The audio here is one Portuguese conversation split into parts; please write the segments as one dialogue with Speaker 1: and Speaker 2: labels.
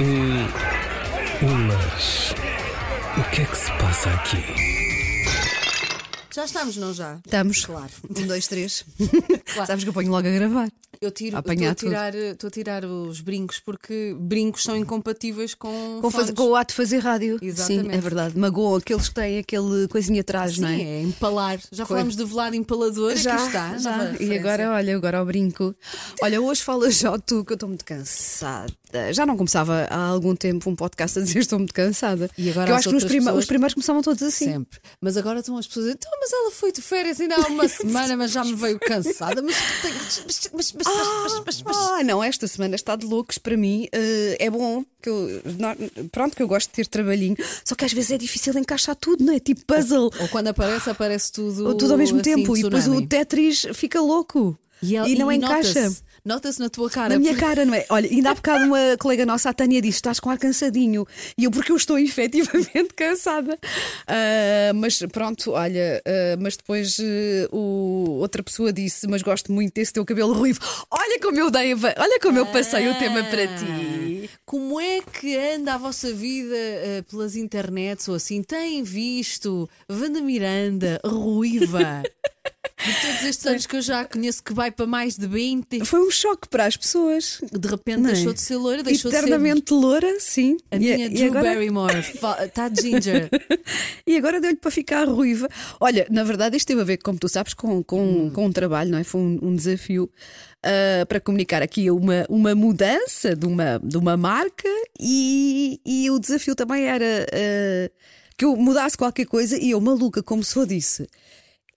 Speaker 1: Hum, mas o que é que se passa aqui?
Speaker 2: Já estamos, não já?
Speaker 3: Estamos.
Speaker 2: Claro.
Speaker 3: Um, dois, três. Sabes que eu ponho logo a gravar.
Speaker 2: Eu tiro,
Speaker 3: A
Speaker 2: estou
Speaker 3: apanhar
Speaker 2: a, tirar, eh, estou a tirar os brincos porque brincos são incompatíveis com.
Speaker 3: Com, faz-
Speaker 2: fones.
Speaker 3: com o ato de fazer rádio.
Speaker 2: Um Exatamente.
Speaker 3: Sim, é verdade. Magoam aqueles que têm aquele coisinha atrás,
Speaker 2: Sim,
Speaker 3: não é?
Speaker 2: é empalar. Já falámos de velado empalador, aqui está. já é foi a
Speaker 3: E
Speaker 2: referência.
Speaker 3: agora, olha, agora ao brinco. Olha, hoje fala já tu que eu estou muito cansada. Já não começava há algum tempo um podcast a dizer estou muito cansada.
Speaker 2: E agora
Speaker 3: que eu
Speaker 2: as
Speaker 3: acho que nos
Speaker 2: outras
Speaker 3: prima-
Speaker 2: pessoas-
Speaker 3: os primeiros começavam todos assim.
Speaker 2: Sempre. Mas agora estão as pessoas a dizer, então, mas ela foi de férias ainda há uma semana, mas já me veio cansada. Mas, mas, mas, mas, mas, mas, mas, mas.
Speaker 3: Ah, não, esta semana está de loucos para mim. Eh, é bom que eu. no- Pronto, que eu gosto de ter trabalhinho. Só que às vezes é difícil encaixar tudo, não é? Tipo puzzle.
Speaker 2: Ou quando aparece, aparece tudo.
Speaker 3: Ou tudo ao mesmo
Speaker 2: assim,
Speaker 3: tempo. E depois o
Speaker 2: tsunami.
Speaker 3: Tetris fica louco. E,
Speaker 2: ela-
Speaker 3: não
Speaker 2: nota-se-
Speaker 3: encaixa.
Speaker 2: Nota-se na tua cara.
Speaker 3: Na minha
Speaker 2: porque-
Speaker 3: cara, não é? Olha, ainda há bocado uma colega nossa, a Tânia, disse: estás com ar cansadinho. E eu, porque eu estou efetivamente cansada. Ah, mas pronto, olha, ah, mas depois ah, o- outra pessoa disse: mas gosto muito desse teu cabelo ruivo. Olha como eu dei, a va- olha como eu passei o tema para
Speaker 2: Ah.
Speaker 3: ti.
Speaker 2: Como é que anda a vossa vida eh, pelas internets ou assim? Têm visto Wanda Miranda, Ruiva? De todos estes anos que eu já a conheço, que vai para mais de 20,
Speaker 3: Foi um choque para as pessoas.
Speaker 2: de repente
Speaker 3: Não é?
Speaker 2: deixou de ser loira, deixou de ser.
Speaker 3: Eternamente loura, sim.
Speaker 2: A
Speaker 3: E-
Speaker 2: minha
Speaker 3: e
Speaker 2: Drew
Speaker 3: agora-
Speaker 2: Barrymore, está ginger.
Speaker 3: E agora deu-lhe para ficar ruiva. Olha, na verdade, isto teve a ver, como tu sabes, com, com,
Speaker 2: Hum.
Speaker 3: com um trabalho, não é? Foi um, um desafio ah, para comunicar aqui uma, uma mudança de uma, de uma marca e, e o desafio também era ah, que eu mudasse qualquer coisa e eu, maluca, como sou, disse.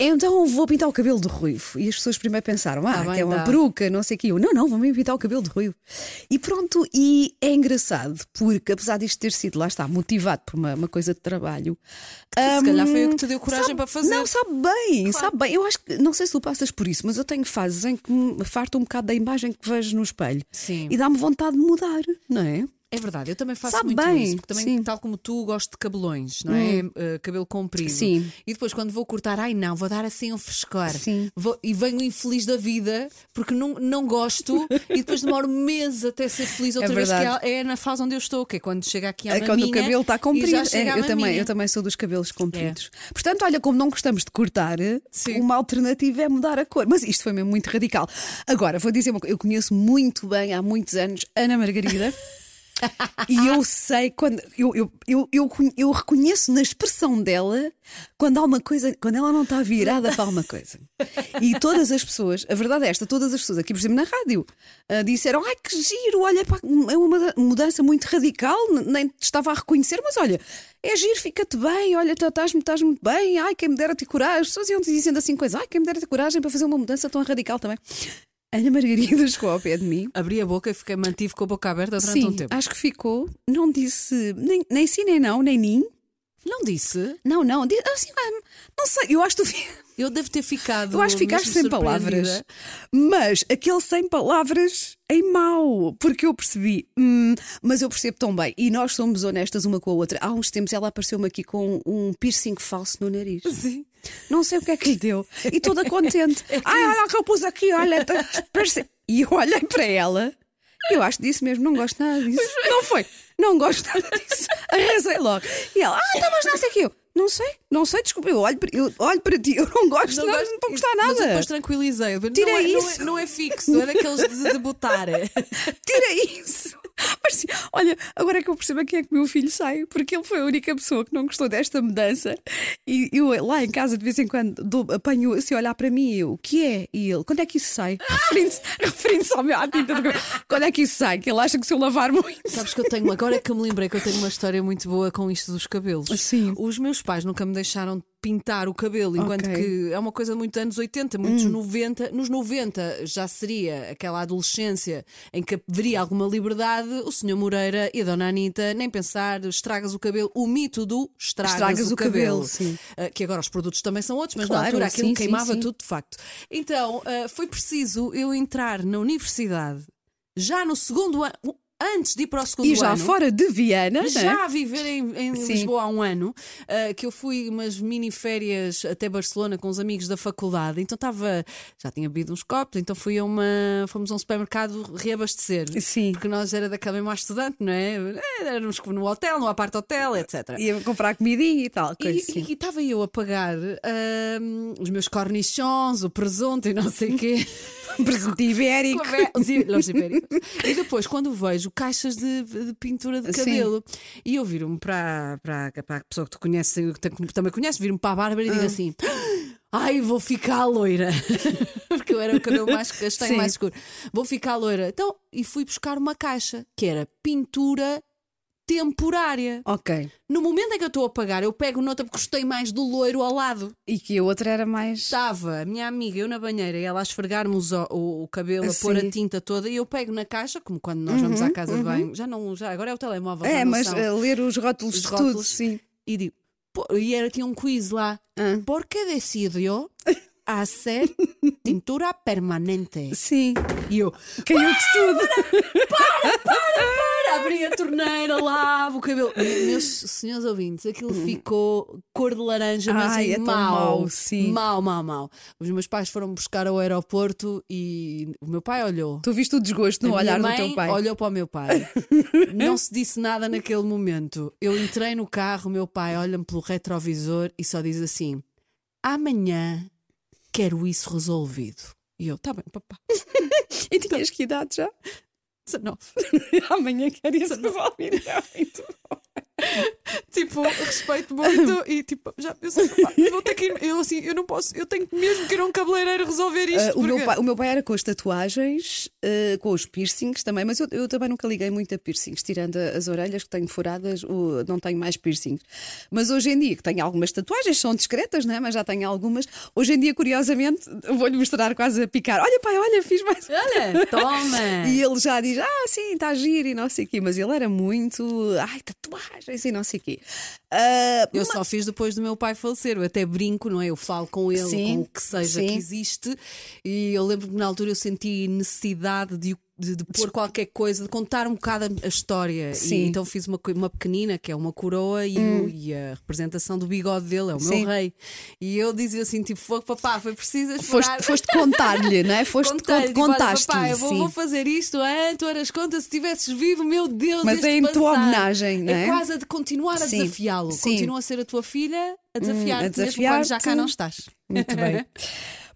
Speaker 3: Então vou pintar o cabelo de ruivo. E as pessoas primeiro pensaram, ah,
Speaker 2: Tá bem,
Speaker 3: que é uma
Speaker 2: tá.
Speaker 3: peruca, não sei o quê. Eu, não, não, vou-me pintar o cabelo de ruivo. E pronto, e é engraçado, porque apesar disto ter sido, lá está, motivado por uma, uma coisa de trabalho.
Speaker 2: Se calhar foi o que
Speaker 3: hum,
Speaker 2: te deu coragem
Speaker 3: sabe-
Speaker 2: para fazer.
Speaker 3: Não, sabe bem, sabe bem. Eu acho que, não sei se tu passas por isso, mas eu tenho fases em que me farto um bocado da imagem que vejo no espelho.
Speaker 2: Sim.
Speaker 3: E dá-me vontade de mudar, não é?
Speaker 2: É verdade, eu também faço
Speaker 3: Sabe
Speaker 2: muito
Speaker 3: bem,
Speaker 2: isso, porque também,
Speaker 3: sim. Hum.
Speaker 2: tal como tu, gosto de cabelões, não é? Eh, cabelo comprido.
Speaker 3: Sim.
Speaker 2: E depois, quando vou cortar, ai não, vou dar assim um frescor.
Speaker 3: Sim.
Speaker 2: Vou- e venho infeliz da vida, porque não, não gosto, e depois demoro meses até ser feliz outra vez,
Speaker 3: verdade.
Speaker 2: que é, é na fase onde eu estou, que é quando chega aqui à
Speaker 3: É quando o
Speaker 2: maminha
Speaker 3: cabelo está
Speaker 2: e já
Speaker 3: comprido. É,
Speaker 2: chega à
Speaker 3: eu, também,
Speaker 2: maminha.
Speaker 3: eu também sou dos cabelos compridos. Portanto, olha, como não gostamos de cortar,
Speaker 2: Sim.
Speaker 3: uma alternativa é mudar a cor. Mas isto foi mesmo muito radical. Agora, vou dizer uma coisa: eu conheço muito bem há muitos anos Ana Margarida. E eu sei quando eu, eu, eu, eu, conhe- eu reconheço na expressão dela quando há uma coisa, quando ela não está virada para alguma coisa. E todas as pessoas, a verdade é esta, todas as pessoas aqui, por exemplo, na rádio, ah, disseram: ai que giro, olha, pá, é uma mudança muito radical, n- nem te estava a reconhecer, mas olha, é giro, fica-te bem, olha, tu estás-me estás muito bem, ai, quem me dera ter coragem. As pessoas iam dizendo assim coisas, ai, quem me dera ter coragem para fazer uma mudança tão radical também. Ana Margarida chegou ao pé de mim
Speaker 2: Abri a boca e fiquei, mantive com a boca aberta durante
Speaker 3: Sim,
Speaker 2: um tempo.
Speaker 3: acho que ficou. Não disse nem, nem sim, nem não, nem nin.
Speaker 2: Não disse?
Speaker 3: Não, não. Disse, assim, ah, não sei, eu acho que tu fi-
Speaker 2: Eu devo ter ficado.
Speaker 3: eu acho que ficaste
Speaker 2: mesmo
Speaker 3: sem palavras.
Speaker 2: surpreendida.
Speaker 3: Mas aquele sem palavras em mau, porque eu percebi. hum, mas eu percebo tão bem. E nós somos honestas uma com a outra. Há uns tempos ela apareceu-me aqui com um piercing falso no nariz.
Speaker 2: Sim.
Speaker 3: Não sei o que é que lhe deu. E toda contente.
Speaker 2: É
Speaker 3: Ai, olha o que eu pus aqui, olha. tá- parece- E eu olhei para ela. Eu acho que disse mesmo, não gosto nada disso.
Speaker 2: é.
Speaker 3: Não foi, não gosto nada disso. Arrasei logo. E ela, ah, então, mas não sei o que eu. Não sei, não sei, desculpa, eu olho para, eu olho para ti, eu não gosto, não,
Speaker 2: gosto-
Speaker 3: não gostar
Speaker 2: Mas eu
Speaker 3: nada.
Speaker 2: depois tranquilizei. Eu
Speaker 3: Tira
Speaker 2: não é, não é-
Speaker 3: isso.
Speaker 2: Não é, fixo, é daqueles de, de botar.
Speaker 3: Tira isso! Mas, sim, olha, agora é que eu percebo a quem é que meu filho sai, porque ele foi a única pessoa que não gostou desta mudança. E eu lá em casa, de vez em quando, dou, apanho assim, a olhar para mim e eu, o que é? E ele, quando é que isso sai? Referindo-se referindo ao meu à tinta do cabelo. Quando é que isso sai? Que ele acha que se eu lavar muito.
Speaker 2: Sabes que eu tenho, agora é que eu me lembrei que eu tenho uma história muito boa com isto dos cabelos.
Speaker 3: Sim.
Speaker 2: Os meus pais nunca me deixaram pintar o cabelo, enquanto
Speaker 3: Ok. Hum.
Speaker 2: que é uma coisa muito anos 80, muitos 90. Nos 90 já seria aquela adolescência em que haveria alguma liberdade. O senhor Moreira e a dona Anitta, nem pensar, estragas o cabelo. O mito do estragas,
Speaker 3: Estragas
Speaker 2: o,
Speaker 3: o cabelo,
Speaker 2: cabelo.
Speaker 3: sim.
Speaker 2: Ah, que agora os produtos também são outros, mas na
Speaker 3: Claro,
Speaker 2: altura aquilo
Speaker 3: sim, sim,
Speaker 2: queimava
Speaker 3: sim.
Speaker 2: tudo tudo de facto. Então, ah, foi preciso eu entrar na universidade já no segundo ano. antes de ir para o segundo
Speaker 3: E já
Speaker 2: ano.
Speaker 3: fora de Viana, né?
Speaker 2: Já a viver em, em
Speaker 3: Sim.
Speaker 2: Lisboa há um ano, ah, que eu fui umas mini férias até Barcelona com os amigos da faculdade, então estava, já tinha bebido uns copos, então fui a uma, fomos a um supermercado reabastecer.
Speaker 3: né? Sim.
Speaker 2: Porque nós era daquela mesma estudante, não é? É, Éramos como no hotel, no apart hotel, etc.
Speaker 3: Ia comprar comidinha e tal. Coisa assim.
Speaker 2: E estava eu a pagar ahm, os meus cornichons, o presunto e não sei o quê.
Speaker 3: Presunto Um ibérico.
Speaker 2: Como é? Os i- Los ibéricos. E depois, quando vejo caixas de, de pintura de
Speaker 3: Sim.
Speaker 2: cabelo, e eu viro-me para, para, para a pessoa que tu conheces, que tam- que também conheces, viro-me para a Bárbara
Speaker 3: Ah.
Speaker 2: e digo assim: Ai, vou ficar loira. Porque eu era o cabelo mais castanho,
Speaker 3: Sim.
Speaker 2: mais escuro. Vou ficar loira. Então, e fui buscar uma caixa que era pintura temporária.
Speaker 3: Ok.
Speaker 2: No momento em que eu estou a pagar, eu pego noutra porque gostei mais do loiro ao lado.
Speaker 3: E que a outra era mais.
Speaker 2: Estava a minha amiga, eu na banheira, e ela a esfregar-me os o, o- o cabelo, a
Speaker 3: Sim. Uhum,
Speaker 2: pôr a tinta toda, e eu pego na caixa, como quando nós vamos à casa de banho, já não, já agora é o telemóvel, já
Speaker 3: É,
Speaker 2: não
Speaker 3: mas
Speaker 2: são.
Speaker 3: eh, ler os rótulos
Speaker 2: Os
Speaker 3: de tudo,
Speaker 2: rótulos.
Speaker 3: sim.
Speaker 2: e digo, "Pô", e era, tinha um quiz lá,
Speaker 3: Ah.
Speaker 2: por que decidiu fazer tintura permanente?
Speaker 3: Sim.
Speaker 2: E eu,
Speaker 3: Caiu-te tudo.
Speaker 2: para, abri a torneira, lavo o cabelo. Meus senhores ouvintes, aquilo ficou cor de laranja, mas
Speaker 3: Uhum. Ai,
Speaker 2: em
Speaker 3: é tão
Speaker 2: mau.
Speaker 3: mau, sim.
Speaker 2: Mau, mau, mau. Os meus pais foram buscar ao aeroporto e o meu pai olhou.
Speaker 3: Tu viste o desgosto no
Speaker 2: A
Speaker 3: olhar
Speaker 2: minha
Speaker 3: do
Speaker 2: mãe
Speaker 3: teu pai.
Speaker 2: olhou para o meu pai. Não se disse nada naquele momento. Eu entrei no carro, o meu pai olha-me pelo retrovisor e só diz assim: amanhã quero isso resolvido. E eu, tá bem, papá.
Speaker 3: E tinhas que idade já?
Speaker 2: 19.
Speaker 3: Amanhã queria ser resolvido. Muito
Speaker 2: Tipo, respeito muito e tipo, já eu sei, pá, vou ter que ir, eu assim, eu não posso, eu tenho mesmo que ir a um cabeleireiro resolver isto.
Speaker 3: Ah, o, meu
Speaker 2: porque-
Speaker 3: pai, o meu pai era com as tatuagens, ah, com os piercings também, mas eu, eu também nunca liguei muito a piercings, tirando a- as orelhas que tenho furadas, o- não tenho mais piercings. Mas hoje em dia, que tenho algumas tatuagens, são discretas, né? mas já tenho algumas. Hoje em dia, curiosamente, vou-lhe mostrar quase a picar: olha, pai, olha, fiz mais. uma."
Speaker 2: Olha, toma!
Speaker 3: E ele já diz, ah, sim, está giro e não sei o quê, mas ele era muito, ai, tatuagens e não sei o quê. Ah,
Speaker 2: Eu só fiz depois do meu pai falecer. Eu até brinco, não é? Eu falo com ele,
Speaker 3: Sim,
Speaker 2: com o que seja que
Speaker 3: sim.
Speaker 2: existe. E eu lembro que na altura eu senti necessidade de. De, de pôr qualquer coisa, de contar um bocado a- a história. E
Speaker 3: Sim. Hum.
Speaker 2: então fiz uma, coi- uma pequenina, que é uma coroa, e, o- e a representação do bigode dele, é o
Speaker 3: Sim.
Speaker 2: meu rei. E eu dizia assim: tipo, fogo, papá, foi preciso explorar.
Speaker 3: Foste, foste contar-lhe, não é? Foste
Speaker 2: Contei-lhe,
Speaker 3: contar
Speaker 2: tipo, olha,
Speaker 3: contaste-lhe.
Speaker 2: Papá, eu vou,
Speaker 3: sim.
Speaker 2: vou fazer isto, ah, tu eras conta, se estivesses vivo, meu Deus,
Speaker 3: Mas
Speaker 2: este
Speaker 3: é em tua
Speaker 2: passado.
Speaker 3: homenagem, não é?
Speaker 2: É quase a de continuar a
Speaker 3: Sim,
Speaker 2: desafiá-lo.
Speaker 3: sim. Hum,
Speaker 2: Continua a ser a tua filha a desafiar-te,
Speaker 3: a
Speaker 2: mesmo quando já cá
Speaker 3: desafiar-te.
Speaker 2: não estás.
Speaker 3: Muito bem.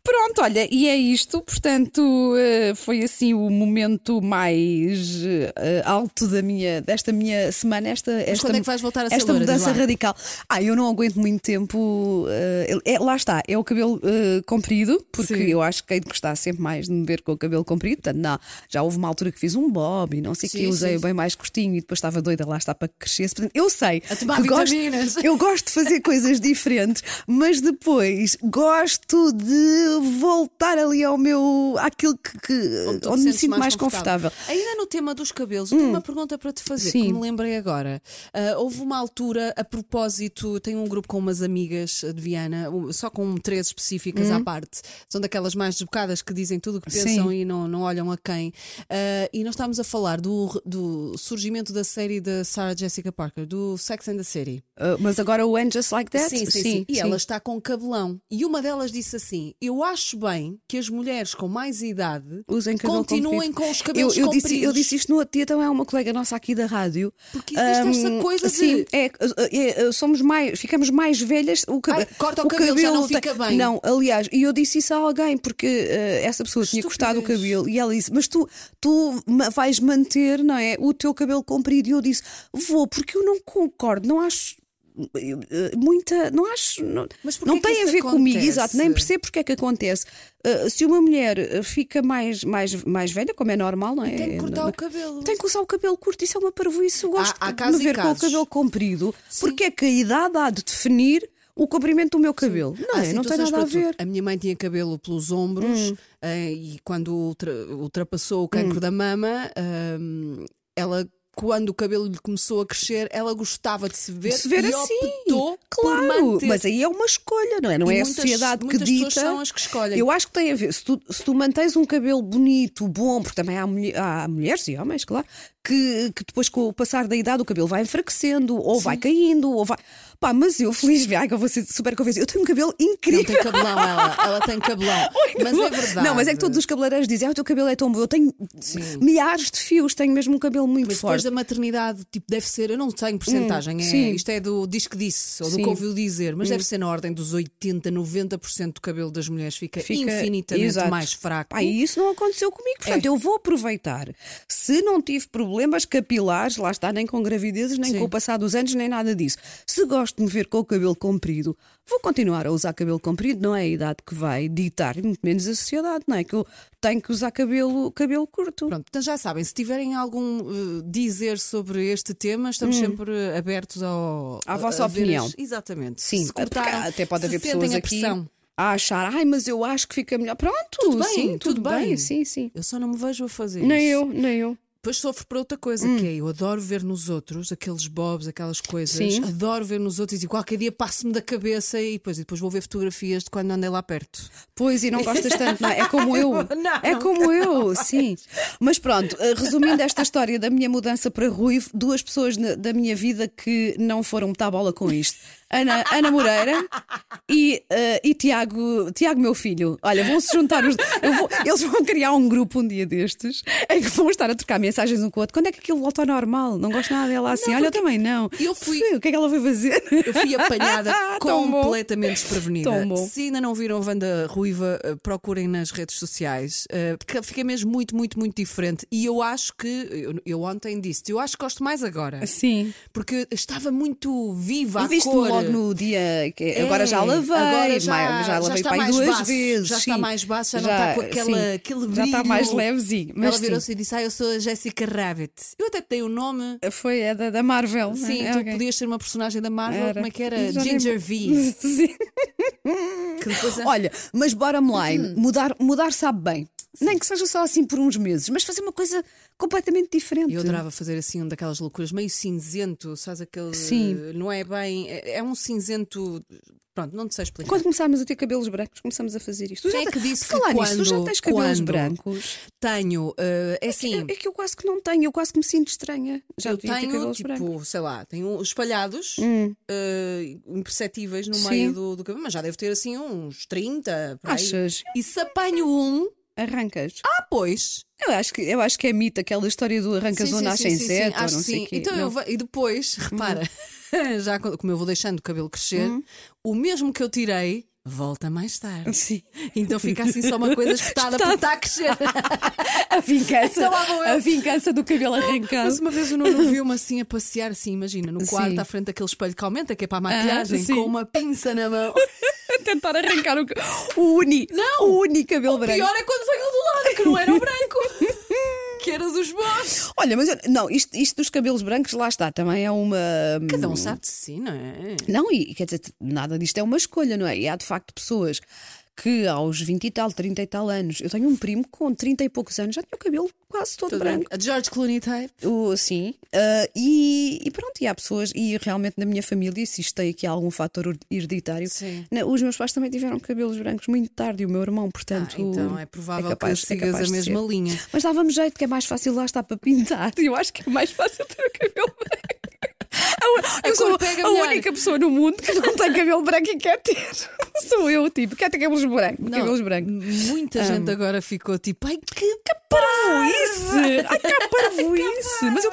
Speaker 3: Pronto, olha, e é isto. Portanto, eh, foi assim o momento mais eh, alto da minha, desta minha semana. Esta, esta,
Speaker 2: quando é que vais voltar a ser
Speaker 3: Esta
Speaker 2: loira, diz
Speaker 3: mudança
Speaker 2: lá?
Speaker 3: radical. Ah, eu não aguento muito tempo. eh, é- lá está, é o cabelo eh, comprido, porque
Speaker 2: Sim.
Speaker 3: eu acho que hei de gostar sempre mais de me ver com o cabelo comprido. Portanto, não, já houve uma altura que fiz um bob e não sei o
Speaker 2: Sim,
Speaker 3: que, usei
Speaker 2: sim,
Speaker 3: bem mais curtinho e depois estava doida lá está para que crescesse. Portanto, eu sei.
Speaker 2: A tomar
Speaker 3: que gosto-
Speaker 2: vitaminas.
Speaker 3: eu gosto de fazer coisas diferentes, mas depois gosto de voltar ali ao meu. àquilo que. que-
Speaker 2: tu te
Speaker 3: onde, me
Speaker 2: sentes
Speaker 3: sinto mais, confortável. Hum.
Speaker 2: Ainda no tema dos cabelos, eu tenho uma pergunta para te fazer,
Speaker 3: Sim.
Speaker 2: que me lembrei agora. Ah, houve uma altura, a propósito, tenho um grupo com umas amigas de Viana, um- só com três específicas à parte. São daquelas mais desbocadas que dizem tudo o que pensam
Speaker 3: Hum. Sim.
Speaker 2: e não, não olham a quem. Ah, e nós estávamos a falar do, do surgimento da série da Sarah Jessica Parker, do Sex and the City.
Speaker 3: Uh, mas agora o And Just Like That?
Speaker 2: Sim, sim, sim, E ela está com um cabelão. E uma delas disse assim: Eu acho bem que as mulheres com mais idade
Speaker 3: Usem cabelo
Speaker 2: continuem
Speaker 3: comprido.
Speaker 2: com os cabelos
Speaker 3: eu, eu
Speaker 2: compridos.
Speaker 3: disse, eu disse isto no outro dia também a uma colega nossa aqui da rádio.
Speaker 2: Porque existe esta coisa de-
Speaker 3: Sim, é, é, é, somos mais, ficamos mais velhas. O cabe-
Speaker 2: Ai, corta o cabelo, já não
Speaker 3: tem-
Speaker 2: fica bem.
Speaker 3: Não, aliás, e eu disse isso a alguém porque eh, essa pessoa tinha cortado o
Speaker 2: Estupidez.
Speaker 3: cabelo e ela disse: Mas tu, tu ma- vais manter, não é? O teu cabelo comprido. E eu disse: Vou, porque eu não concordo, não acho. eh, eh, Muita, não acho, não,
Speaker 2: Mas porquê
Speaker 3: não
Speaker 2: que
Speaker 3: tem a
Speaker 2: isso
Speaker 3: ver comigo,
Speaker 2: acontece?
Speaker 3: exato, nem percebo porque é que acontece. Eh, se uma mulher eh, fica mais, mais, mais velha, como é normal, não é?
Speaker 2: Tem que cortar
Speaker 3: Não-
Speaker 2: o cabelo.
Speaker 3: tem que usar o cabelo curto, isso é uma parvoíce. Eu gosto
Speaker 2: há
Speaker 3: de
Speaker 2: casos
Speaker 3: me
Speaker 2: e
Speaker 3: ver com o
Speaker 2: casos.
Speaker 3: cabelo comprido, porque é que a idade há de definir o comprimento do meu cabelo. Não,
Speaker 2: Há
Speaker 3: é, não tem
Speaker 2: situações
Speaker 3: nada
Speaker 2: para
Speaker 3: a
Speaker 2: tudo.
Speaker 3: ver. Hum.
Speaker 2: A minha mãe tinha cabelo pelos ombros eh, e quando ultra- ultrapassou o cancro da mama, ehm, ela. Quando o cabelo lhe começou a crescer, ela gostava de se ver,
Speaker 3: Se ver
Speaker 2: e
Speaker 3: assim,
Speaker 2: optou por
Speaker 3: claro,
Speaker 2: manter.
Speaker 3: mas aí é uma escolha, não é? Não
Speaker 2: E
Speaker 3: é
Speaker 2: muitas-
Speaker 3: a sociedade que
Speaker 2: muitas
Speaker 3: dita.
Speaker 2: pessoas são as que escolhem.
Speaker 3: Eu acho que tem a ver. Se tu, se tu mantens um cabelo bonito, bom, porque também há, mulhe- há mulheres e homens, claro, que, que depois, com o passar da idade, o cabelo vai enfraquecendo, ou vai caindo, ou vai. Pá, mas eu, feliz viagem, eu vou ser super convencida. Eu tenho um cabelo
Speaker 2: Não
Speaker 3: incrível.
Speaker 2: tem cabelão ela, ela tem cabelão. Mas é verdade.
Speaker 3: Não, mas é que todos os cabeleireiros dizem: Ah, o teu cabelo é tão bom. Eu tenho milhares de fios, tenho mesmo um cabelo muito
Speaker 2: Mas depois é
Speaker 3: forte.
Speaker 2: da maternidade, tipo, deve ser, eu não tenho porcentagem, é,
Speaker 3: Hum, sim.
Speaker 2: isto é do diz que disse, ou do
Speaker 3: Sim. Hum.
Speaker 2: que ouviu dizer, mas deve ser na ordem dos 80, 90% do cabelo das mulheres fica, infinitamente
Speaker 3: Exato.
Speaker 2: mais fraco. É.
Speaker 3: Pá, e isso não aconteceu comigo. Portanto, eu vou aproveitar. Se não tive problemas capilares, lá está, nem com gravidezes, nem
Speaker 2: Sim.
Speaker 3: com o passar dos anos, nem nada disso. Se gosto de me ver com o cabelo comprido, vou continuar a usar cabelo comprido. Não é a idade que vai ditar, e muito menos a sociedade, não é? Que eu tenho que usar cabelo, cabelo curto.
Speaker 2: Pronto, então já sabem, se tiverem algum eh, dizer sobre este tema, estamos sempre abertos ao,
Speaker 3: Hum. À
Speaker 2: a-
Speaker 3: vossa
Speaker 2: a ver
Speaker 3: opinião.
Speaker 2: as- exatamente.
Speaker 3: Sim,
Speaker 2: se
Speaker 3: porque
Speaker 2: cortaram,
Speaker 3: até pode
Speaker 2: se
Speaker 3: haver
Speaker 2: sentem
Speaker 3: pessoas
Speaker 2: a
Speaker 3: aqui
Speaker 2: pressão.
Speaker 3: a achar, ai, mas eu acho que fica melhor. Pronto,
Speaker 2: Tudo bem,
Speaker 3: sim,
Speaker 2: tudo bem.
Speaker 3: Sim, sim.
Speaker 2: Eu só não me vejo a fazer
Speaker 3: Nem
Speaker 2: isso.
Speaker 3: eu, nem eu.
Speaker 2: Depois sofro por outra coisa,
Speaker 3: Hum.
Speaker 2: que é eu adoro ver nos outros aqueles bobs, aquelas coisas.
Speaker 3: Sim.
Speaker 2: Adoro ver nos outros e qualquer dia passo-me da cabeça e depois, e depois vou ver fotografias de quando andei lá perto.
Speaker 3: Pois, e não gostas tanto, não. É como eu.
Speaker 2: Não.
Speaker 3: É como eu, sim. Mas pronto, eh, resumindo esta história da minha mudança para Ruivo, duas pessoas na- da minha vida que não foram muita bola com isto: Ana, Ana Moreira e, eh, e Tiago, Tiago, meu filho. Olha, vão se juntar. Os, eu vou- eles vão criar um grupo um dia destes em que vão estar a trocar mensagens um com o outro. Quando é que aquilo volta ao normal? Não gosto nada dela assim. Olha, eu também não.
Speaker 2: eu fui-
Speaker 3: Fui, O que é que ela vai fazer?
Speaker 2: Eu fui apanhada
Speaker 3: Tão bom.
Speaker 2: completamente desprevenida.
Speaker 3: Tão bom.
Speaker 2: Se ainda não viram a Wanda Ruiva, eh, procurem nas redes sociais, eh, porque fica mesmo muito, muito, muito diferente. E eu acho que, eu, eu ontem disse, eu acho que gosto mais agora.
Speaker 3: Sim.
Speaker 2: Porque estava muito viva
Speaker 3: E
Speaker 2: a
Speaker 3: Assim. viste-me
Speaker 2: cor.
Speaker 3: logo no dia que
Speaker 2: É,
Speaker 3: agora já lavei,
Speaker 2: agora
Speaker 3: mais- já lavei
Speaker 2: está
Speaker 3: para aí
Speaker 2: mais
Speaker 3: duas
Speaker 2: baço,
Speaker 3: vezes.
Speaker 2: Já está
Speaker 3: sim.
Speaker 2: mais baixo, já, não está com aquela,
Speaker 3: sim.
Speaker 2: aquele brilho.
Speaker 3: Já está mais levezinho. Mas
Speaker 2: Ela
Speaker 3: sim.
Speaker 2: virou-se e disse: Ah, eu sou a Jessica Rabbit. Eu até tenho o nome.
Speaker 3: Foi é da, da Marvel. não é?
Speaker 2: Sim,
Speaker 3: é,
Speaker 2: tu
Speaker 3: alguém.
Speaker 2: podias ser uma personagem da Marvel, como é que era?
Speaker 3: Já nem-
Speaker 2: Ginger V.
Speaker 3: Sim.
Speaker 2: Que depois a-
Speaker 3: Olha, mas bottom
Speaker 2: Hum.
Speaker 3: line, mudar, mudar sabe bem. Nem que seja só assim por uns meses, mas fazer uma coisa completamente diferente.
Speaker 2: Eu adorava fazer assim um daquelas loucuras meio cinzento, sabes aquele.
Speaker 3: Sim.
Speaker 2: Não é bem. É, é um cinzento. Pronto, não te sei explicar.
Speaker 3: Quando começámos a ter cabelos brancos, começámos a fazer isto. Tu
Speaker 2: Quem
Speaker 3: já
Speaker 2: é que
Speaker 3: te-
Speaker 2: disse
Speaker 3: falar
Speaker 2: que
Speaker 3: nisto, tu já
Speaker 2: quando-
Speaker 3: tens cabelos
Speaker 2: quando?
Speaker 3: brancos.
Speaker 2: Tenho. eh, é assim.
Speaker 3: É, é que eu quase que não tenho, eu quase que me sinto estranha. Já
Speaker 2: eu
Speaker 3: devia ter
Speaker 2: tenho,
Speaker 3: cabelos
Speaker 2: tipo,
Speaker 3: brancos.
Speaker 2: sei lá, tenho espalhados, eh, imperceptíveis no
Speaker 3: Sim.
Speaker 2: meio do, do cabelo, mas já devo ter assim uns 30. por aí.
Speaker 3: Achas?
Speaker 2: E se apanho um,
Speaker 3: Arrancas.
Speaker 2: ah, pois.
Speaker 3: Eu acho que, eu acho que é mito aquela história do arrancas
Speaker 2: Sim,
Speaker 3: ou
Speaker 2: sim,
Speaker 3: nasce
Speaker 2: sim, sim, sim,
Speaker 3: inseto ou não
Speaker 2: acho que
Speaker 3: sei
Speaker 2: sim.
Speaker 3: o quê.
Speaker 2: Então
Speaker 3: Não. Hum.
Speaker 2: eu vou- e depois, repara, já quando- como eu vou deixando o cabelo crescer, o mesmo que eu tirei volta mais tarde.
Speaker 3: Sim.
Speaker 2: Então fica assim só uma coisa espetada porque está a crescer.
Speaker 3: A vingança,
Speaker 2: Então lá vou eu.
Speaker 3: a vingança do cabelo
Speaker 2: Mas
Speaker 3: arrancado.
Speaker 2: uma vez o Nuno viu-me assim a passear, assim, imagina, no quarto
Speaker 3: Sim. Ah,
Speaker 2: à frente daquele espelho que aumenta, que é para a maquiagem,
Speaker 3: sim.
Speaker 2: com uma pinça na mão.
Speaker 3: A tentar arrancar o, ca- o uni,
Speaker 2: Não.
Speaker 3: o uni cabelo branco.
Speaker 2: Pior é quando foi o do lado, que não era o branco, que era dos bons.
Speaker 3: Olha, mas eu- não, isto, isto dos cabelos brancos, lá está, também é uma.
Speaker 2: Cada um sabe de si, não é?
Speaker 3: Não, e e quer dizer, nada disto é uma escolha, não é? E há de facto pessoas que aos 20 e tal, 30 e tal anos, eu tenho um primo que com 30 e poucos anos já tinha o cabelo quase todo
Speaker 2: Tudo
Speaker 3: branco.
Speaker 2: bem. A George Clooney tá, type.
Speaker 3: O- sim, ah, e, e pronto, e há pessoas, e realmente na minha família, se isto tem aqui algum fator her- hereditário,
Speaker 2: Sim.
Speaker 3: na- os meus pais também tiveram cabelos brancos muito tarde, e o meu irmão, portanto.
Speaker 2: Ah, então é provável
Speaker 3: capaz-
Speaker 2: que sigas
Speaker 3: capaz
Speaker 2: a
Speaker 3: de
Speaker 2: mesma
Speaker 3: ser.
Speaker 2: linha.
Speaker 3: Mas dava-me jeito que é mais fácil lá estar para pintar, e eu acho que é mais fácil ter o cabelo branco.
Speaker 2: cor
Speaker 3: Eu sou
Speaker 2: pega
Speaker 3: a
Speaker 2: melhor.
Speaker 3: única pessoa no mundo que não tem cabelo branco e quer ter. Sou eu, tipo, quer ter cabelos brancos. cabelos brancos.
Speaker 2: Muita gente agora ficou tipo, ai que
Speaker 3: parvoíce! Ai, que parvoíce! Mas eu,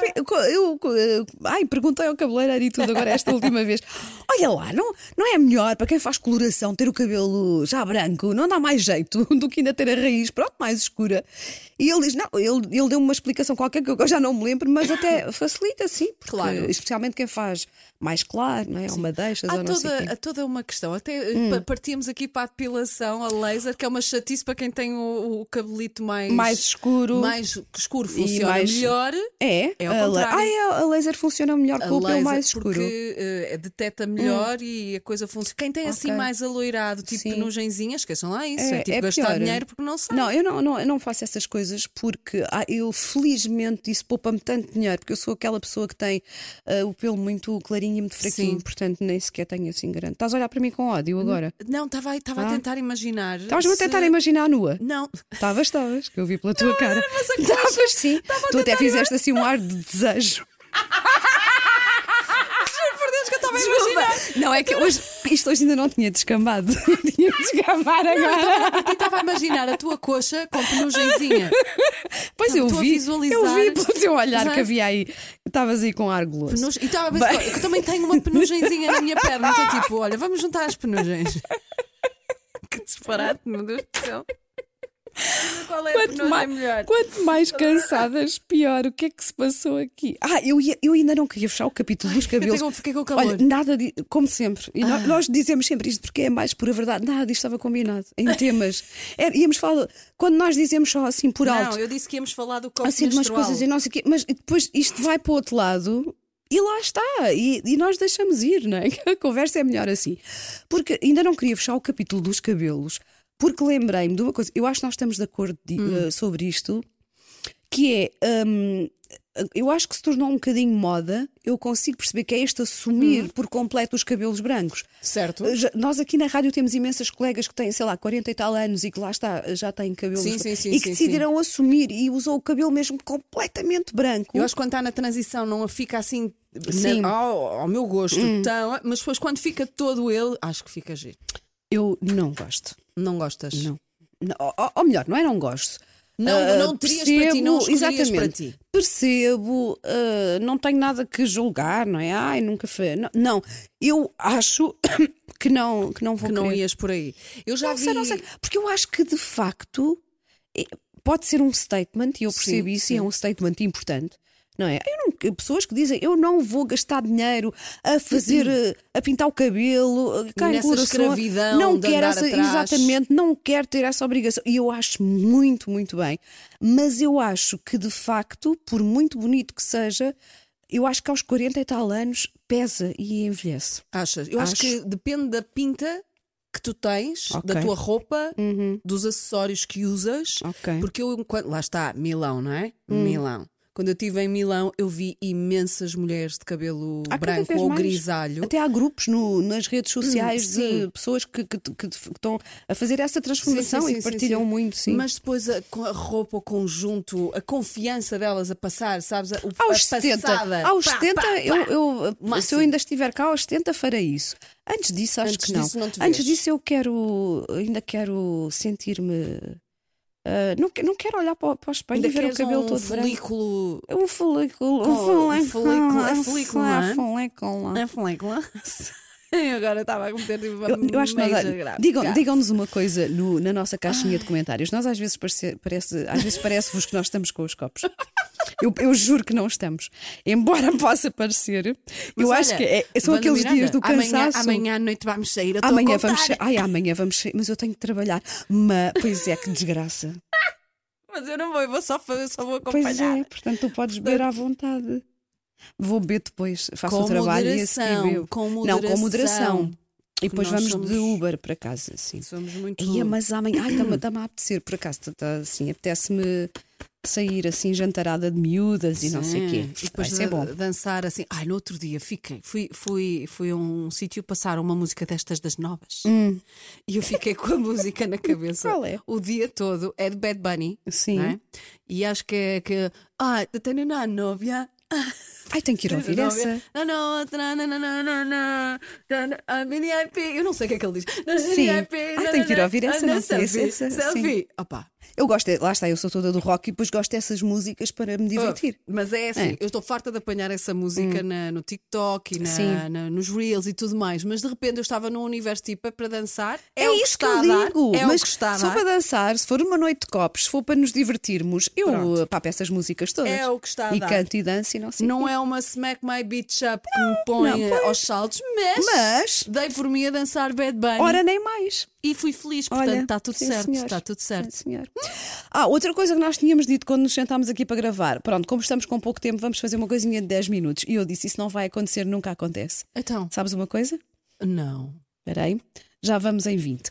Speaker 3: eu, eu- ai, perguntei ao cabeleireiro e tudo agora esta última vez. Olha lá, não, não é melhor para quem faz coloração ter o cabelo já branco? Não dá mais jeito do que ainda ter a raiz, pronto, mais escura. E ele diz, não, ele, ele deu uma explicação qualquer que eu já não me lembro, mas até facilita, sim. porque
Speaker 2: Claro.
Speaker 3: Especialmente quem faz mais claro, não é? Ou madeixas
Speaker 2: Há
Speaker 3: ou não sei o quê.
Speaker 2: toda, há toda uma questão. Até eh,
Speaker 3: Hum.
Speaker 2: pa- partíamos aqui para a depilação, a laser, que é uma chatice para quem tem o, o cabelito mais,
Speaker 3: Mais escuro.
Speaker 2: Mais escuro funciona
Speaker 3: mais-
Speaker 2: melhor.
Speaker 3: É,
Speaker 2: É ao
Speaker 3: a, la-
Speaker 2: contrário.
Speaker 3: ah, é, a laser funciona melhor
Speaker 2: A
Speaker 3: com o pelo
Speaker 2: laser,
Speaker 3: mais escuro. Hum.
Speaker 2: Porque eh, detecta melhor e a coisa funciona. Quem tem assim
Speaker 3: Ok.
Speaker 2: mais aloirado, tipo
Speaker 3: Sim.
Speaker 2: nugenzinha, esqueçam lá isso. É, tipo gastar
Speaker 3: pior.
Speaker 2: dinheiro porque não sabe.
Speaker 3: Não, eu não, não, eu não faço essas coisas coisas porque ah, eu felizmente isso poupa-me tanto dinheiro, porque eu sou aquela pessoa que tem ah, o pelo muito clarinho e muito fraquinho,
Speaker 2: Sim.
Speaker 3: portanto nem sequer tenho assim grande. Estás a olhar para mim com ódio agora.
Speaker 2: Não, estava estava a
Speaker 3: Ah.
Speaker 2: tentar imaginar.
Speaker 3: Estavas-me a
Speaker 2: se-
Speaker 3: tentar imaginar nua.
Speaker 2: Não,
Speaker 3: Estavas, estavas, que eu vi pela tua cara.
Speaker 2: é
Speaker 3: Estavas, sim. Tu até fizeste assim um ar de desejo.
Speaker 2: por Deus que eu estava a
Speaker 3: Desculpa.
Speaker 2: imaginar.
Speaker 3: Não, é que hoje, isto hoje ainda não tinha descambado. tinha que descambar agora.
Speaker 2: Eu estava a imaginar a tua coxa com penugenzinha.
Speaker 3: Pois eu
Speaker 2: Estou a
Speaker 3: vi,
Speaker 2: visualizar.
Speaker 3: eu vi pelo teu olhar
Speaker 2: Exato.
Speaker 3: que havia aí. Estavas aí com ar guloso.
Speaker 2: Penugem- E estava a pensar,
Speaker 3: Bem.
Speaker 2: "Olha, eu também tenho uma penugenzinha na minha perna. Estou tipo, olha, vamos juntar as penugens. Que disparate, meu Deus do céu. Qual é
Speaker 3: Quanto mais, quanto mais cansadas, pior. O que é que se passou aqui? Ah, eu, ia- eu ainda não queria fechar o capítulo dos
Speaker 2: Eu
Speaker 3: cabelos.
Speaker 2: tenho- fiquei com calor. Ah.
Speaker 3: Olha, nada, di- como sempre, e no- nós, dizemos sempre isto porque é a mais pura verdade. Nada disto estava combinado em temas. Era- íamos falar, quando nós dizemos só assim por alto,
Speaker 2: não, eu disse que íamos falar do copo
Speaker 3: assim de umas
Speaker 2: menstrual.
Speaker 3: coisas e não sei o quê, mas depois isto vai para o outro lado e lá está. E, e nós deixamos ir, não é? A conversa é melhor assim. Porque ainda não queria fechar o capítulo dos cabelos, porque lembrei-me de uma coisa, eu acho que nós estamos de acordo de- eh, sobre isto, que é. hum, eu acho que se tornou um bocadinho moda. Eu consigo perceber que é este assumir por completo os cabelos brancos.
Speaker 2: Certo.
Speaker 3: Eh, Já- Nós aqui na rádio temos imensas colegas que têm, sei lá, 40 e tal anos e que lá está, eh, já têm cabelos
Speaker 2: Sim, sim, sim,
Speaker 3: e que
Speaker 2: sim,
Speaker 3: decidiram assumir e usou o cabelo mesmo completamente branco.
Speaker 2: Eu acho que quando está na transição não fica assim na-
Speaker 3: Sim. Hum.
Speaker 2: ao, ao meu gosto, tão, mas depois quando fica todo ele, acho que fica giro.
Speaker 3: Eu não gosto.
Speaker 2: Não gostas?
Speaker 3: Não. Não, Ou, ou melhor, não é não gosto.
Speaker 2: Não-
Speaker 3: Ah,
Speaker 2: não terias para ti, não escolherias
Speaker 3: exatamente,
Speaker 2: para ti.
Speaker 3: Percebo, ah, não tenho nada que julgar, não é? Ai, nunca foi. Não, não. eu acho que não, que não vou
Speaker 2: Que não
Speaker 3: querer.
Speaker 2: ias por aí. Eu já
Speaker 3: Não
Speaker 2: vi.
Speaker 3: sei, não sei. Porque eu acho que de facto é- pode ser um statement, e eu percebo
Speaker 2: Sim,
Speaker 3: isso,
Speaker 2: sim.
Speaker 3: e é um statement importante. Não é? Eu não- pessoas que dizem eu não vou gastar dinheiro a fazer, eh, a pintar o cabelo, eh, cá em
Speaker 2: Uhum. Nessa
Speaker 3: Curaçao,
Speaker 2: escravidão
Speaker 3: não
Speaker 2: de
Speaker 3: quero
Speaker 2: andar
Speaker 3: essa,
Speaker 2: atrás.
Speaker 3: exatamente, não quero ter essa obrigação. E eu acho muito, muito bem. Mas eu acho que de facto, por muito bonito que seja, eu acho que aos 40 e tal anos pesa e envelhece.
Speaker 2: Achas? Eu acho.
Speaker 3: Acho.
Speaker 2: que depende da pinta que tu tens, da
Speaker 3: Ok. Uhum.
Speaker 2: tua roupa, dos acessórios que usas.
Speaker 3: Ok. Hum.
Speaker 2: Porque eu, enquanto. Lá está, Milão, não é? Milão. Quando eu estive em Milão, eu vi imensas mulheres de cabelo
Speaker 3: Há Ah, cada
Speaker 2: branco
Speaker 3: vez
Speaker 2: ou
Speaker 3: mais.
Speaker 2: grisalho.
Speaker 3: Até há grupos no- nas redes sociais
Speaker 2: Hum,
Speaker 3: de
Speaker 2: sim.
Speaker 3: pessoas que, que- que- que estão a fazer essa transformação
Speaker 2: Sim, sim,
Speaker 3: e
Speaker 2: sim, sim,
Speaker 3: partilham
Speaker 2: sim.
Speaker 3: muito, sim.
Speaker 2: Mas depois a, com a roupa, o conjunto, a confiança delas a passar, sabes? A, o-
Speaker 3: aos
Speaker 2: a
Speaker 3: 70,
Speaker 2: passada.
Speaker 3: aos
Speaker 2: Pá,
Speaker 3: 70
Speaker 2: pá, pá.
Speaker 3: eu, eu- se eu
Speaker 2: Máximo.
Speaker 3: ainda estiver cá, aos 70 farei isso. Antes disso, acho
Speaker 2: Antes
Speaker 3: que não.
Speaker 2: disso, não te
Speaker 3: Antes
Speaker 2: vês.
Speaker 3: disso, eu quero, ainda quero sentir-me. ah, não, que- não quero olhar para, o- para o espelho
Speaker 2: Ainda
Speaker 3: e ver o
Speaker 2: queres
Speaker 3: cabelo
Speaker 2: um
Speaker 3: todo branco.
Speaker 2: folículo.
Speaker 3: É Um folículo,
Speaker 2: Com-
Speaker 3: um folículo,
Speaker 2: um folículo, é
Speaker 3: um
Speaker 2: folículo, não é?
Speaker 3: folículo.
Speaker 2: É folículo. Eu agora estava a cometer tipo, uma
Speaker 3: Eu, eu acho que nós,
Speaker 2: major gráfica.
Speaker 3: digam, digam-nos uma coisa no- na nossa caixinha de comentários. Nós às vezes parece, parece, às vezes parece-vos que nós estamos com os copos. Eu, eu juro que não estamos. Embora possa parecer, eu
Speaker 2: Mas
Speaker 3: acho
Speaker 2: olha,
Speaker 3: que é- são
Speaker 2: Wanda
Speaker 3: aqueles dias
Speaker 2: Miranda,
Speaker 3: do cansaço.
Speaker 2: Amanhã, amanhã à noite vamos sair. Eu tô
Speaker 3: Amanhã
Speaker 2: a contar.
Speaker 3: vamos. sair. Ai, amanhã vamos. sair, Mas eu tenho que trabalhar. Mas, pois é, que desgraça.
Speaker 2: Mas eu não vou, eu vou só, fa- eu só vou
Speaker 3: Pois
Speaker 2: acompanhar.
Speaker 3: é, portanto tu podes beber à vontade. Vou beber depois, faço
Speaker 2: Com
Speaker 3: o trabalho e a
Speaker 2: moderação,
Speaker 3: seguir bebo.
Speaker 2: com
Speaker 3: Não, com moderação.
Speaker 2: moderação.
Speaker 3: E depois
Speaker 2: nós
Speaker 3: vamos de
Speaker 2: somos-
Speaker 3: Uber para casa, sim.
Speaker 2: Somos muito.
Speaker 3: Ia, é, mas amanhã, ai, está-me a apetecer, por acaso, tá, tá, assim, apetece-me sair assim, jantarada de miúdas e não sei o
Speaker 2: É,
Speaker 3: quê.
Speaker 2: E depois
Speaker 3: Vai ser
Speaker 2: da-
Speaker 3: bom.
Speaker 2: dançar assim. Ai, no outro dia fiquei. Fui, fui, fui a um sítio passar uma música destas das novas. E eu fiquei com a música na cabeça.
Speaker 3: Hum. Qual é?
Speaker 2: O dia todo. É de Bad Bunny.
Speaker 3: Sim.
Speaker 2: não é? E acho que é que. Ai, eu tenho na novia.
Speaker 3: Ai, tenho que ir ouvir essa.
Speaker 2: Não, não, não, não, não, não, não, não, não, a mini IP. Eu não sei o que é que ele diz. Não,
Speaker 3: Sim.
Speaker 2: mini IP,
Speaker 3: Ah,
Speaker 2: não,
Speaker 3: tenho
Speaker 2: não,
Speaker 3: que ir
Speaker 2: não,
Speaker 3: ouvir essa,
Speaker 2: não,
Speaker 3: não sei,
Speaker 2: selfie,
Speaker 3: essa, sim.
Speaker 2: Selfie. Opa.
Speaker 3: Eu gosto, é- lá está, eu sou toda do rock e depois gosto dessas músicas para me divertir.
Speaker 2: Mas é assim,
Speaker 3: É. Hum.
Speaker 2: eu estou farta de apanhar essa música na- no TikTok e na-
Speaker 3: Sim.
Speaker 2: na- nos Reels e tudo mais, mas de repente eu estava num universo tipo para dançar. É,
Speaker 3: É
Speaker 2: o que
Speaker 3: isso
Speaker 2: está
Speaker 3: que eu
Speaker 2: a dar,
Speaker 3: digo.
Speaker 2: É
Speaker 3: mas
Speaker 2: o que está a
Speaker 3: se for
Speaker 2: dar.
Speaker 3: para dançar, se for uma noite de copos, se for para nos divertirmos, eu
Speaker 2: Pronto.
Speaker 3: eh, papo essas músicas todas.
Speaker 2: É o que está a
Speaker 3: E
Speaker 2: dar.
Speaker 3: canto e danço e não sei.
Speaker 2: Não é uma smack my bitch up que me põe
Speaker 3: não,
Speaker 2: eh,
Speaker 3: pois.
Speaker 2: aos saltos, mas,
Speaker 3: Mas-
Speaker 2: dei por mim a dançar Bad Bunny
Speaker 3: Ora, nem mais.
Speaker 2: e fui feliz, portanto
Speaker 3: Olha,
Speaker 2: está tudo
Speaker 3: sim,
Speaker 2: certo,
Speaker 3: senhor.
Speaker 2: está tudo certo.
Speaker 3: Sim, senhor. Ah, outra coisa que nós tínhamos dito quando nos sentámos aqui para gravar. Pronto, como estamos com pouco tempo, vamos fazer uma coisinha de 10 minutos. E eu disse: Isso não vai acontecer, nunca acontece.
Speaker 2: Então,
Speaker 3: Sabes uma coisa?
Speaker 2: não. Ah,
Speaker 3: Espera aí. Já vamos em 20.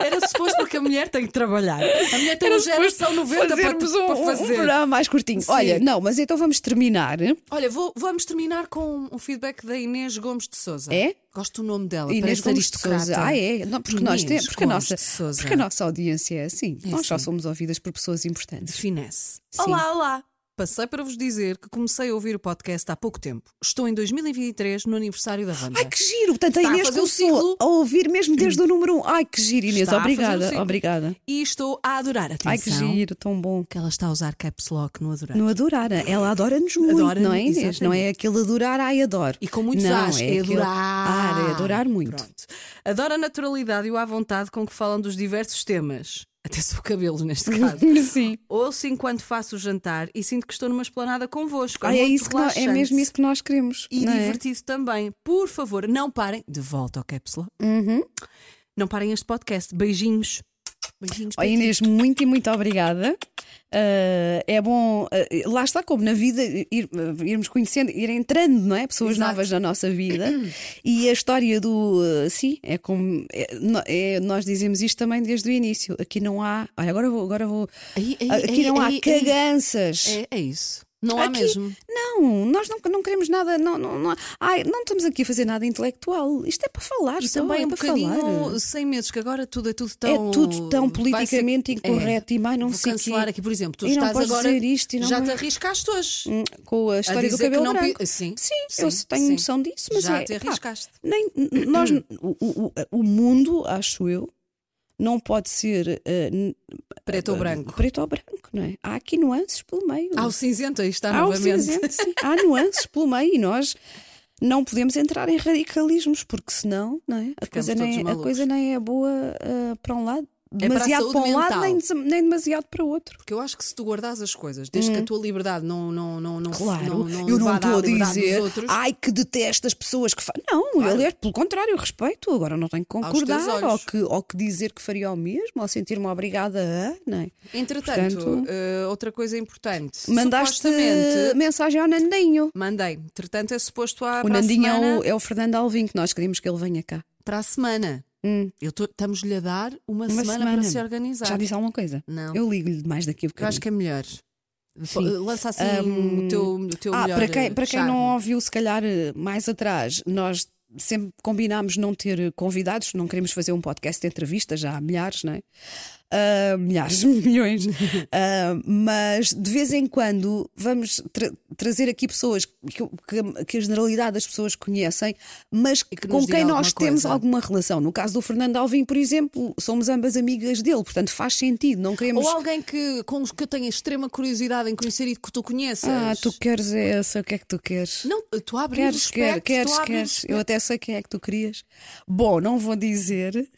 Speaker 2: Era suposto porque a mulher tem que trabalhar. A mulher tem
Speaker 3: Era
Speaker 2: uma
Speaker 3: suposto
Speaker 2: geração 90 para,
Speaker 3: fazermos um,
Speaker 2: para
Speaker 3: um- um
Speaker 2: fazer.
Speaker 3: programa mais curtinho.
Speaker 2: Sim.
Speaker 3: Olha, não, mas então vamos terminar.
Speaker 2: Olha, vou- vamos terminar com um feedback da Inês Gomes de Souza.
Speaker 3: É?
Speaker 2: Gosto do nome dela.
Speaker 3: Inês
Speaker 2: parece
Speaker 3: Gomes de
Speaker 2: aristocrata.
Speaker 3: Souza. Ah, é? Não, porque, nós
Speaker 2: Inês
Speaker 3: temos, porque, a
Speaker 2: Gomes
Speaker 3: nossa,
Speaker 2: de Sousa.
Speaker 3: porque a nossa audiência é assim.
Speaker 2: É
Speaker 3: nós só
Speaker 2: assim.
Speaker 3: somos ouvidas por pessoas importantes.
Speaker 2: Finesse.
Speaker 3: Sim.
Speaker 2: Olá, olá! Passei para vos dizer que comecei a ouvir o podcast há pouco tempo. Estou em 2023, no aniversário da Wanda.
Speaker 3: Ai, que giro! Portanto, a
Speaker 2: Está a
Speaker 3: Inês
Speaker 2: fazer o
Speaker 3: começou
Speaker 2: ciclo.
Speaker 3: a oir mesmo desde o número 1. Um. Ai, que giro, Inês.
Speaker 2: Está a fazer o
Speaker 3: Obrigada,
Speaker 2: ciclo.
Speaker 3: obrigada.
Speaker 2: E estou a adorar. Atenção.
Speaker 3: Ai, que giro, tão bom.
Speaker 2: Que ela está a usar caps lock no adorar.
Speaker 3: Não adorara. Ela adora-nos muito,
Speaker 2: Adora-nos,
Speaker 3: não é, Inês? Não é aquele adorar, ai, adoro.
Speaker 2: E com muitos
Speaker 3: não,
Speaker 2: as, é,
Speaker 3: aquele
Speaker 2: adorar. Ah,
Speaker 3: ar, é adorar muito.
Speaker 2: Pronto. Adoro a naturalidade e o à vontade com que falam dos diversos temas. Até sobre cabelos, neste caso.
Speaker 3: Sim.
Speaker 2: Ouço enquanto faço o jantar e sinto que estou numa esplanada convosco.
Speaker 3: Ai, é,
Speaker 2: muito
Speaker 3: isso que nós, é
Speaker 2: relaxante
Speaker 3: mesmo isso que nós queremos.
Speaker 2: E
Speaker 3: não é?
Speaker 2: divertido também. Por favor, não parem. De volta ao Caps Lock.
Speaker 3: Uhum.
Speaker 2: Não parem este podcast. Beijinhos. Beijinhos.
Speaker 3: Ó,
Speaker 2: para ti.
Speaker 3: Inês, muito e muito obrigada. Ah, é bom, ah, lá está como na vida, ir- ah, irmos conhecendo, ir entrando, não é? Pessoas
Speaker 2: Exato.
Speaker 3: novas na nossa vida. E a história do. ah, sim, é como. é- no- é- nós dizemos isto também desde o início. Aqui não há. Olha, agora vou. Agora vou ah,
Speaker 2: Aí, aí,
Speaker 3: aqui
Speaker 2: aí,
Speaker 3: não há
Speaker 2: aí, aí.
Speaker 3: caganças.
Speaker 2: É, é isso. Não há
Speaker 3: Aqui-
Speaker 2: mesmo.
Speaker 3: Não, nós não, não queremos nada. Não, não, não, ai, não estamos aqui a fazer nada intelectual. Isto é para falar,
Speaker 2: E
Speaker 3: só,
Speaker 2: também
Speaker 3: é
Speaker 2: um
Speaker 3: para falar.
Speaker 2: bocadinho sem medos, que agora tudo é tudo tão.
Speaker 3: é tudo tão
Speaker 2: vai ser-
Speaker 3: politicamente
Speaker 2: É.
Speaker 3: incorreto e mais não
Speaker 2: Vou
Speaker 3: sei o quê.
Speaker 2: cancelar aqui, por exemplo, tu
Speaker 3: E não
Speaker 2: estás
Speaker 3: podes
Speaker 2: agora.
Speaker 3: dizer isto e não
Speaker 2: já
Speaker 3: me-
Speaker 2: te arriscaste hoje.
Speaker 3: Hum, com a história do
Speaker 2: dizer que
Speaker 3: cabelo
Speaker 2: não pi-
Speaker 3: branco.
Speaker 2: Sim,
Speaker 3: eu
Speaker 2: sim,
Speaker 3: tenho
Speaker 2: sim.
Speaker 3: noção disso, mas
Speaker 2: Já
Speaker 3: é,
Speaker 2: te
Speaker 3: pá,
Speaker 2: arriscaste. Hum.
Speaker 3: nem nós o, o- o mundo, acho eu, não pode ser eh, n-
Speaker 2: Preto ou branco.
Speaker 3: preto ou branco, não é? Há aqui nuances pelo meio.
Speaker 2: Há o cinzento, aí está
Speaker 3: Há o
Speaker 2: novamente.
Speaker 3: cinzento, sim. Há nuances pelo meio e nós não podemos entrar em radicalismos porque senão, não é? A, coisa
Speaker 2: todos
Speaker 3: nem, a
Speaker 2: malucos.
Speaker 3: coisa nem é boa eh, para um lado,
Speaker 2: É para a
Speaker 3: demasiado para,
Speaker 2: saúde
Speaker 3: um lado,
Speaker 2: mental.
Speaker 3: nem, des- nem demasiado para o outro.
Speaker 2: Porque eu acho que se tu guardas as coisas, desde que a tua liberdade não não não não
Speaker 3: Hum. Claro,
Speaker 2: não, não
Speaker 3: eu não
Speaker 2: vá dar
Speaker 3: estou a
Speaker 2: liberdade dos
Speaker 3: dizer Ah,
Speaker 2: outros,
Speaker 3: ai que detesto as pessoas que fazem. Não, aliás, pelo contrário, eu respeito. Agora não tenho que
Speaker 2: teus
Speaker 3: concordar
Speaker 2: olhos.
Speaker 3: ou que, ou que dizer que faria o mesmo ou sentir-me obrigada a. Não é?
Speaker 2: Entretanto,
Speaker 3: Portanto,
Speaker 2: eh, outra coisa importante.
Speaker 3: Mandaste
Speaker 2: Supostamente,
Speaker 3: mensagem ao Nandinho.
Speaker 2: mandei. Entretanto, é suposto à,
Speaker 3: O
Speaker 2: para, a
Speaker 3: Nandinho é
Speaker 2: semana,
Speaker 3: o, é o Fernando Alvim que nós queríamos que ele venha cá.
Speaker 2: para a semana.
Speaker 3: Hum.
Speaker 2: Eu tô- Estamos-lhe a dar uma,
Speaker 3: Uma
Speaker 2: semana,
Speaker 3: semana.
Speaker 2: para se organizar.
Speaker 3: Já disse alguma coisa?
Speaker 2: Não.
Speaker 3: Eu ligo-lhe mais daqui
Speaker 2: Eu
Speaker 3: a
Speaker 2: acho
Speaker 3: bocadinho.
Speaker 2: que é melhor. Depo-
Speaker 3: Sim.
Speaker 2: Lança assim o teu, o teu
Speaker 3: Ah,
Speaker 2: melhor. eh,
Speaker 3: para quem, para quem
Speaker 2: charme.
Speaker 3: não ouviu, se calhar eh, mais atrás, nós sempre combinámos não ter eh, convidados, não queremos fazer um podcast de entrevistas, já há milhares, não é? Ah, milhares, milhões. Ah, mas de vez em quando vamos tra- trazer aqui pessoas que, que- que a generalidade das pessoas conhecem, mas
Speaker 2: que nos
Speaker 3: com
Speaker 2: diga
Speaker 3: quem
Speaker 2: alguma
Speaker 3: nós temos
Speaker 2: coisa.
Speaker 3: alguma relação. No caso do Fernando Alvim, por exemplo, somos ambas amigas dele, portanto faz sentido, não queremos.
Speaker 2: Ou alguém que, com os que eu tenho extrema curiosidade em conhecer e que tu conheças.
Speaker 3: ah, tu queres essa, o que é que tu queres?
Speaker 2: Não, tu abres
Speaker 3: Queres, quer, queres, queres. Eu até sei quem é que tu querias. Bom, não vou dizer.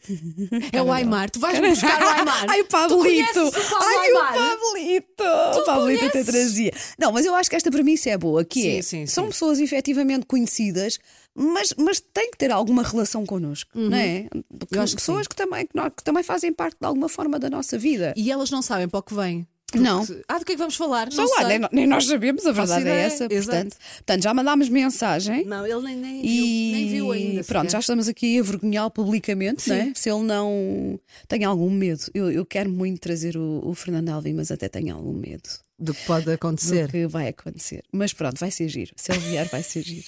Speaker 2: É o Aymar, tu vais buscar o Aymar.
Speaker 3: Ai, o Pablito!
Speaker 2: Tu conheces o Paulo
Speaker 3: Ai, o
Speaker 2: Aimar?
Speaker 3: Pablito! o Pablito até
Speaker 2: conheces?
Speaker 3: trazia. Não, mas eu acho que esta premissa é boa, que
Speaker 2: Sim,
Speaker 3: é,
Speaker 2: sim,
Speaker 3: são
Speaker 2: sim.
Speaker 3: pessoas efetivamente conhecidas, mas, mas têm que ter alguma relação connosco, não é?
Speaker 2: Uhum. Eu acho que
Speaker 3: pessoas que, também, que, nós- que também fazem parte de alguma forma da nossa vida.
Speaker 2: E elas não sabem para o que vem.
Speaker 3: Não.
Speaker 2: Ah, do que é que vamos falar?
Speaker 3: Só
Speaker 2: não
Speaker 3: lá,
Speaker 2: sei.
Speaker 3: nem, nem nós sabemos, a verdade é
Speaker 2: ideia,
Speaker 3: essa.
Speaker 2: exato.
Speaker 3: Portanto, portanto, já mandámos mensagem.
Speaker 2: Não, ele nem, nem viu,
Speaker 3: E
Speaker 2: nem viu ainda.
Speaker 3: pronto, já
Speaker 2: sequer.
Speaker 3: estamos aqui a vergonhá-lo publicamente, não é? se ele não tem algum medo. Eu, eu quero muito trazer o, o Fernando Alvim, mas até tenho algum medo
Speaker 2: Do que pode
Speaker 3: do
Speaker 2: acontecer.
Speaker 3: que vai acontecer. Mas pronto, vai ser giro. Se ele vier, vai ser giro.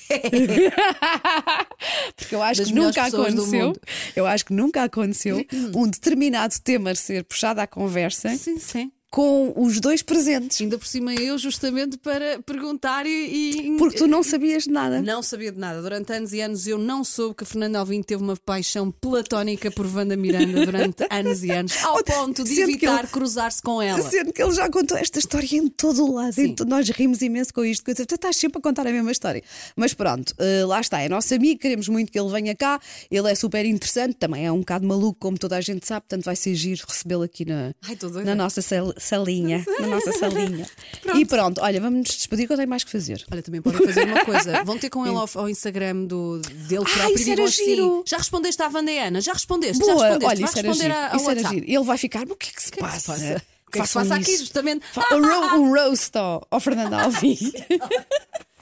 Speaker 3: Porque eu acho
Speaker 2: Das
Speaker 3: que
Speaker 2: melhores
Speaker 3: nunca
Speaker 2: pessoas do
Speaker 3: aconteceu.
Speaker 2: mundo. Hum.
Speaker 3: Eu acho que nunca aconteceu um determinado tema ser puxado à conversa
Speaker 2: Sim, sim.
Speaker 3: com os dois presentes.
Speaker 2: Ainda por cima eu, justamente para perguntar e. e-
Speaker 3: Porque tu não sabias de nada.
Speaker 2: Não sabia de nada. Durante anos e anos eu não soube que Fernando Alvim teve uma paixão platónica por Wanda Miranda durante anos e anos, ao ponto de
Speaker 3: Sendo que
Speaker 2: evitar
Speaker 3: ele-
Speaker 2: cruzar-se com ela.
Speaker 3: Sendo que ele já contou esta história em todo o lado. Em to- Nós rimos imenso com isto. que eu disse, "Tu Estás sempre a contar a mesma história. Mas pronto, eh, lá está. É nosso amigo, queremos muito que ele venha cá. Ele é super interessante, também é um bocado maluco, como toda a gente sabe. Portanto, vai ser giro recebê-lo aqui na,
Speaker 2: Ai, tô doida.
Speaker 3: na nossa sal- salinha. na nossa salinha. E pronto, olha, vamos nos despedir que eu tenho mais que fazer.
Speaker 2: Olha, também podem fazer uma coisa. Vão ter com ele ao, ao Instagram do, dele
Speaker 3: Ah,
Speaker 2: próprio
Speaker 3: isso
Speaker 2: e digam
Speaker 3: era
Speaker 2: assim,
Speaker 3: giro.
Speaker 2: Já respondeste à Wanda e Ana? Já respondeste? já
Speaker 3: Boa,
Speaker 2: respondeste?
Speaker 3: olha,
Speaker 2: Vai
Speaker 3: isso era
Speaker 2: responder
Speaker 3: giro.
Speaker 2: a, ao
Speaker 3: Isso era
Speaker 2: WhatsApp.
Speaker 3: giro. Ele vai ficar, "Mas o que é que se passa?
Speaker 2: passa? O que é que se
Speaker 3: Façam um
Speaker 2: passa aqui,
Speaker 3: isso."
Speaker 2: justamente?
Speaker 3: Fa- Um, ro um roast ao, ao Fernando Alvim.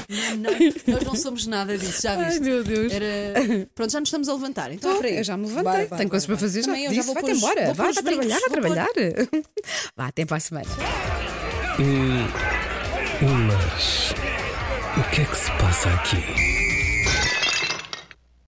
Speaker 2: Não, não, nós não somos nada disso, já viste?
Speaker 3: Ai, meu Deus.
Speaker 2: Era... Pronto, já nos estamos a levantar. Então,
Speaker 3: Então, eu já me levantei,
Speaker 2: Bora,
Speaker 3: tenho
Speaker 2: bora,
Speaker 3: coisas
Speaker 2: bora,
Speaker 3: para fazer. Já
Speaker 2: Também
Speaker 3: te
Speaker 2: eu já
Speaker 3: disse,
Speaker 2: vou
Speaker 3: vai-te
Speaker 2: pôr os-
Speaker 3: embora,
Speaker 2: vou pôr
Speaker 3: vai,
Speaker 2: os
Speaker 3: vai
Speaker 2: brincos,
Speaker 3: trabalhar, vai
Speaker 2: vou pôr-
Speaker 3: trabalhar. Vá, até para a semana.
Speaker 1: Ulas. O que é que se passa aqui?